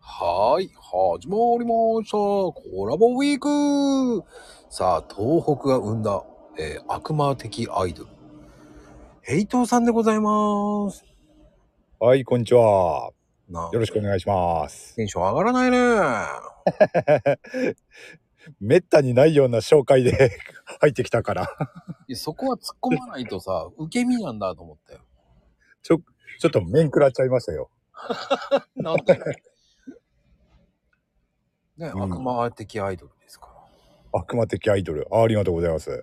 はーい、始まりました。コラボウィークさあ、東北が生んだ、えー悪魔的アイドル、ヘイトさんでございます。はい、こんにちは。なよろしくお願いします。テンション上がらないね。めったにないような紹介で 入ってきたから、いやそこは突っ込まないとさ、受け身なんだと思ったよ。ちょっと面食らっちゃいましたよ。なんでね、 うん悪魔的アイドルですから。悪魔的アイドル。あありがとうございます。はい。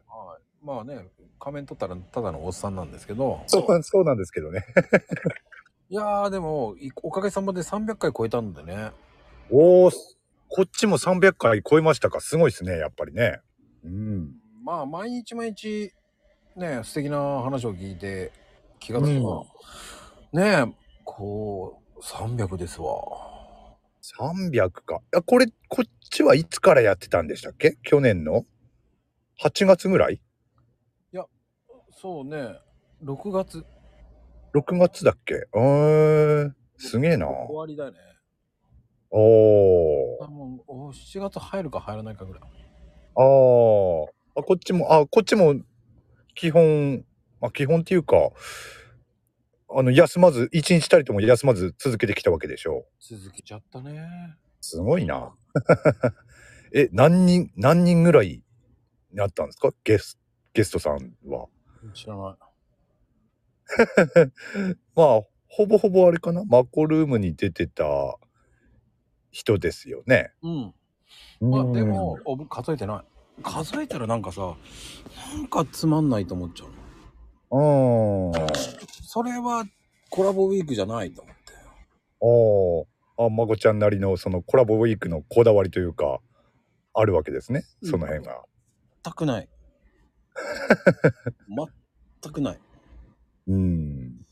まあね、仮面取ったらただのおっさんなんですけど。そうそうなんですけどね。いやーでも、いおかげさまで300回超えたんでね。おー、こっちも300回超えましたか。すごいですね、やっぱりね。うん。まあ毎日毎日ね素敵な話を聞いて気がつけば、ねえこう300ですわ300か。あ、これ、こっちはいつからやってたんでしたっけ去年の ?8 月ぐらいそうね6月 ?6 月だっけうーん。すげえな。終わりだねおあー。もうお7月入るか入らないかぐらいあーあ、こっちも、あ、こっちも、基本、まあ、基本っていうか、あの、休まず、一日たりとも休まず続けてきたわけでしょう。続けちゃったねすごいな。 え、何人、何人ぐらいになったんですかゲス、ゲストさんは。知らないまあ、ほぼほぼあれかなマコルームに出てた人ですよね。うんまあでも、おぶ数えてない数えたらなんかさなんかつまんないと思っちゃうのうん。それはコラボウィークじゃないと思っておーあまこちゃんなりのそのコラボウィークのこだわりというかあるわけですねうんその辺が。全く ない全くないうん、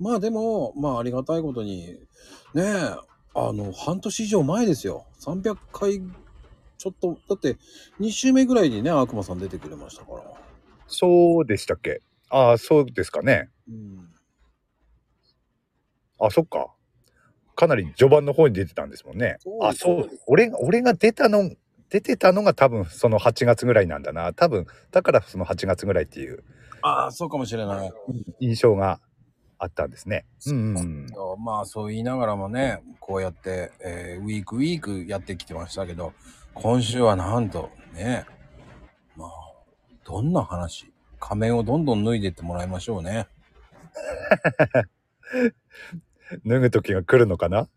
まあでも、まあありがたいことに、ねえ、あの、半年以上前ですよ。300回、ちょっと、だって、2週目ぐらいにね、悪魔さん出てくれましたから。そうでしたっけああそうですかねうん。あそっかかなり序盤の方に出てたんですもんねそうあそう俺が俺が出たの出てたのが多分その8月ぐらいなんだな多分だからその8月ぐらいっていうああ、そうかもしれない。印象があったんですねうん、まあそう言いながらもね、こうやって、えーウィークウィークやってきてましたけど、今週はなんと、ねえ、まあ、どんな話仮面をどんどん脱いでってもらいましょうね。脱ぐ時が来るのかな